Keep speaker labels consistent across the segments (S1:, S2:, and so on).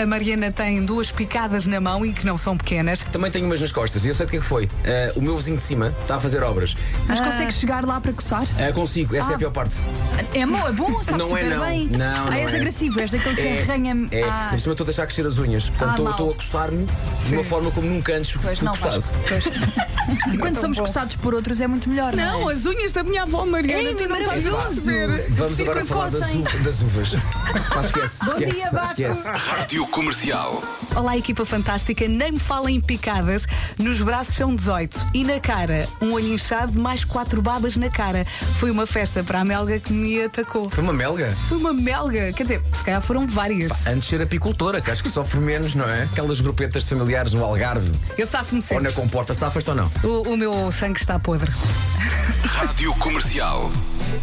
S1: A Mariana tem duas picadas na mão e que não são pequenas.
S2: Também tenho umas nas costas e eu sei do que é que foi. Eh, o meu vizinho de cima está a fazer obras.
S3: Mas consegues chegar lá para coçar?
S2: Eh, consigo,
S3: Ah,
S2: essa é a pior parte.
S3: É bom, é bom, sabe
S2: Não é,
S3: super
S2: não.
S3: bem.
S2: Não,
S3: ah,
S2: não
S3: és
S2: é.
S3: agressivo, és daquele que arranha-me.
S2: É,
S3: Ah,
S2: por cima estou a deixar crescer as unhas. Portanto,
S3: Ah,
S2: estou-
S3: mal.
S2: estou a coçar-me de uma forma como nunca antes
S3: pois
S2: fui
S3: não,
S2: coçado.
S3: Vasco, pois. E quando somos coçados por outros é muito melhor, não,
S1: Não,
S3: é?
S1: as unhas da minha avó Mariana.
S3: Ei,
S1: tu não estás a
S3: maravilhoso.
S1: perceber.
S2: Vamos
S3: Prefiro
S2: agora
S3: que
S2: falar das,
S3: cocem.
S2: u- das uvas. Pá, esquece,
S3: Bom dia,
S2: esquece,
S3: Vasco.
S2: esquece.
S4: Rádio Comercial.
S1: Olá, equipa fantástica. Nem me falem em picadas. Nos braços são 18. E na cara, um olho inchado, mais quatro babas na cara. Foi uma festa para a melga que me atacou.
S2: Foi uma melga.
S1: Foi uma melga. Quer dizer, se calhar foram várias.
S2: Antes de ser apicultora, que acho que sofre menos, não é? Aquelas grupetas familiares no Algarve.
S1: Eu safo-me
S2: Ou na
S1: sempre.
S2: comporta, safas ou não?
S1: O, o meu sangue está podre.
S4: Rádio Comercial.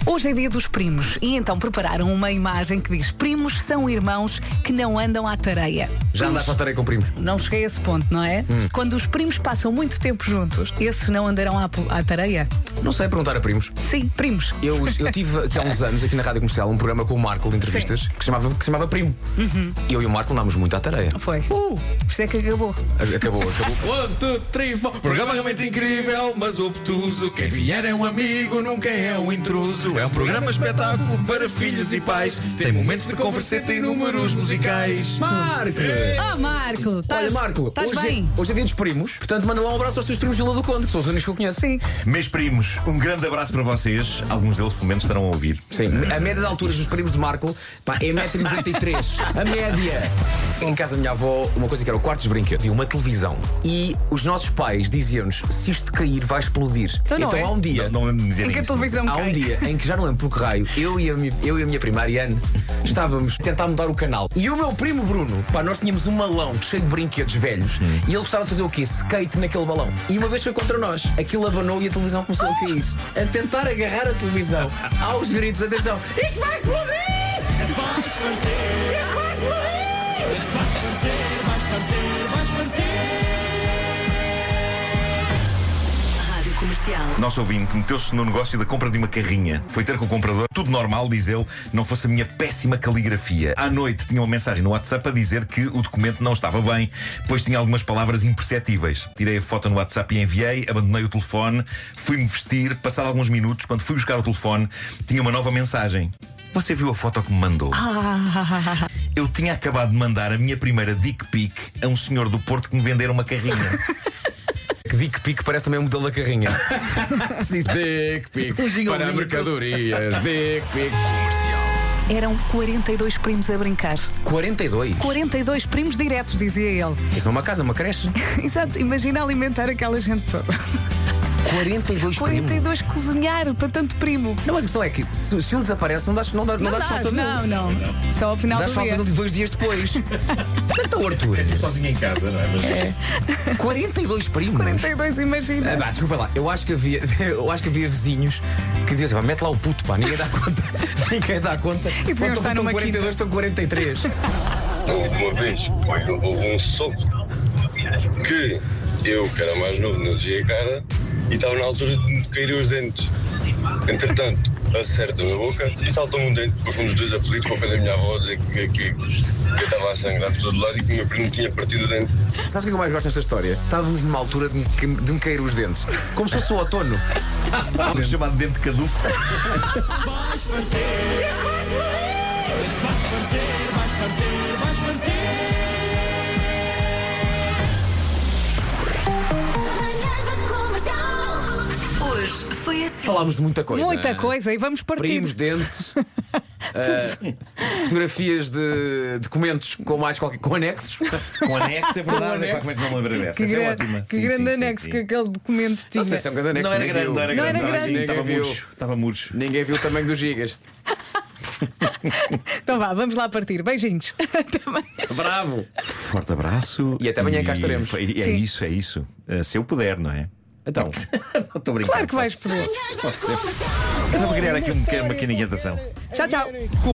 S1: Hoje é dia dos primos e então prepararam uma imagem que diz: Primos são irmãos que não andam à tareia.
S2: Já andaste à tareia com primos?
S1: Não cheguei a esse ponto, não é?
S2: Hum.
S1: Quando os primos passam muito tempo juntos, esses não andarão à, à tareia?
S2: Não sei perguntar a primos.
S1: Sim, primos.
S2: Eu, eu tive aqui há uns anos, aqui na Rádio Comercial, um programa com o Marco de entrevistas que se chamava, que se chamava Primo.
S1: Uhum.
S2: E eu e o Marco andámos muito à tareia.
S1: Foi. Uh! Por isso é que acabou.
S2: Acabou, acabou.
S5: One, two, three, four. Programa realmente incrível, mas obtuso. Quem vier é um amigo, nunca é um intruso. É um programa espetáculo para filhos e pais. Tem momentos de converseta e números musicais.
S2: Marco!
S1: Ah, Marco! Estás,
S2: Olha, Marco,
S1: estás
S2: hoje,
S1: bem?
S2: É, hoje é dia dos primos, portanto manda lá um abraço aos teus primos de Vila do Conde, que são os únicos que eu conheço.
S1: Sim.
S6: Meus primos, um grande abraço para vocês. Alguns deles, pelo menos, estarão a ouvir.
S2: Sim, a média de alturas dos primos de Marco pá, é 1,93m. A média. Em casa da minha avó, uma coisa que era o quarto dos brinquedos, havia uma televisão. E os nossos pais diziam-nos: se isto cair, vai explodir.
S1: Então não é.
S2: há um dia.
S6: Não, não lembro de
S1: Em que
S6: me dizerem
S1: a
S6: isso.
S1: televisão
S2: Há um
S1: cai?
S2: dia em que já não lembro por que raio, eu e a minha, eu e a minha prima Ariane estávamos a tentar mudar o canal. E o meu primo Bruno, pá, nós tínhamos um balão cheio de brinquedos velhos e ele gostava de fazer o quê? Skate naquele balão. E uma vez foi contra nós. Aquilo abanou e a televisão começou a cair. A tentar agarrar a televisão. Aos gritos, atenção, isto vai explodir! Isto vai explodir!
S7: Rádio Comercial.
S6: Nosso ouvinte meteu-se no negócio da compra de uma carrinha. Foi ter com o comprador, tudo normal, diz ele, não fosse a minha péssima caligrafia. À noite tinha uma mensagem no WhatsApp a dizer que o documento não estava bem, pois tinha algumas palavras imperceptíveis. Tirei a foto no WhatsApp e enviei, abandonei o telefone, fui-me vestir, passado alguns minutos, quando fui buscar o telefone, tinha uma nova mensagem. Você viu a foto que me mandou? Eu tinha acabado de mandar a minha primeira dick pic a um senhor do Porto que me vendera uma carrinha.
S2: Que dick pic parece também um modelo da carrinha. dick pic
S6: para mercadorias,
S2: dick pic.
S1: Eram 42 primos a brincar.
S2: 42?
S1: 42 primos diretos, dizia ele.
S2: Isso é uma casa, uma creche.
S1: Exato, imagina alimentar aquela gente toda.
S2: 42 primos.
S1: 42 cozinhar para tanto primo.
S2: Não, mas a questão é que se, se um desaparece, não dás, não dás, não dás falta dele.
S1: não, não, Só ao final
S2: Dás
S1: do
S2: falta
S1: dia.
S2: dele dois dias depois. então, Arthur,
S6: Sozinho em casa, não é? Mas...
S2: 42 primos.
S1: 42, imagina.
S2: Ah, pá, desculpa lá, eu acho que havia, eu acho que havia vizinhos que diziam assim, "Pá, mete lá o puto, pá, ninguém dá conta. ninguém dá conta.
S1: deviam
S2: Pá,
S1: estar
S2: estão
S1: numa
S2: 42, estão 43.
S8: Houve uma vez, olha, houve um soco que eu, que era mais novo, não desviei a cara e estava na altura de me cair os dentes. Entretanto, acerta-me a boca e saltou-me um dente. Depois fomos os dois aflitos para o pé da minha avó a dizer que, que- que eu estava a sangrar de todo lado e que o meu primo tinha partido o dente.
S2: Sabes o que é que eu mais gosto desta história? Estávamos numa altura de me, que- de me cair os dentes. Como se fosse o outono.
S6: Algo chamado dente caduco.
S7: Hoje foi assim.
S2: Falámos de muita coisa.
S1: Muita
S2: Ana.
S1: coisa e vamos partir.
S2: é. Primos, dentes. ah, fotografias de documentos com mais qualquer com anexos.
S6: Com anexo, é verdade. é pá, Como é que não me lembro dessa?
S1: Que,
S6: Essa é
S1: gra-
S6: ótima.
S1: que
S6: Sim,
S1: grande
S6: sim, sim,
S1: anexo
S6: sim.
S1: que aquele documento tinha.
S2: Não sei se é um grande anexo.
S6: Não era
S2: ninguém
S6: grande, não era
S2: viu.
S1: Não era
S6: grande. Estava
S1: grande.
S2: Ninguém
S6: assim, Estava murcho.
S2: viu.
S6: Estava murcho.
S2: Ninguém viu o tamanho dos gigas.
S6: um
S1: Então vá, vamos lá partir. Beijinhos.
S2: Bravo!
S6: Um Forte abraço.
S2: E até amanhã cá estaremos.
S6: foi- É
S1: Sim.
S6: isso, é isso. Eh, Se eu puder, não é?
S2: Então,
S6: Não estou brincando.
S1: Claro que vais
S6: posso-
S1: poder.
S6: posso ser. Eu só vou criar aqui um- uma pequena inquietação.
S1: Tchau, tchau.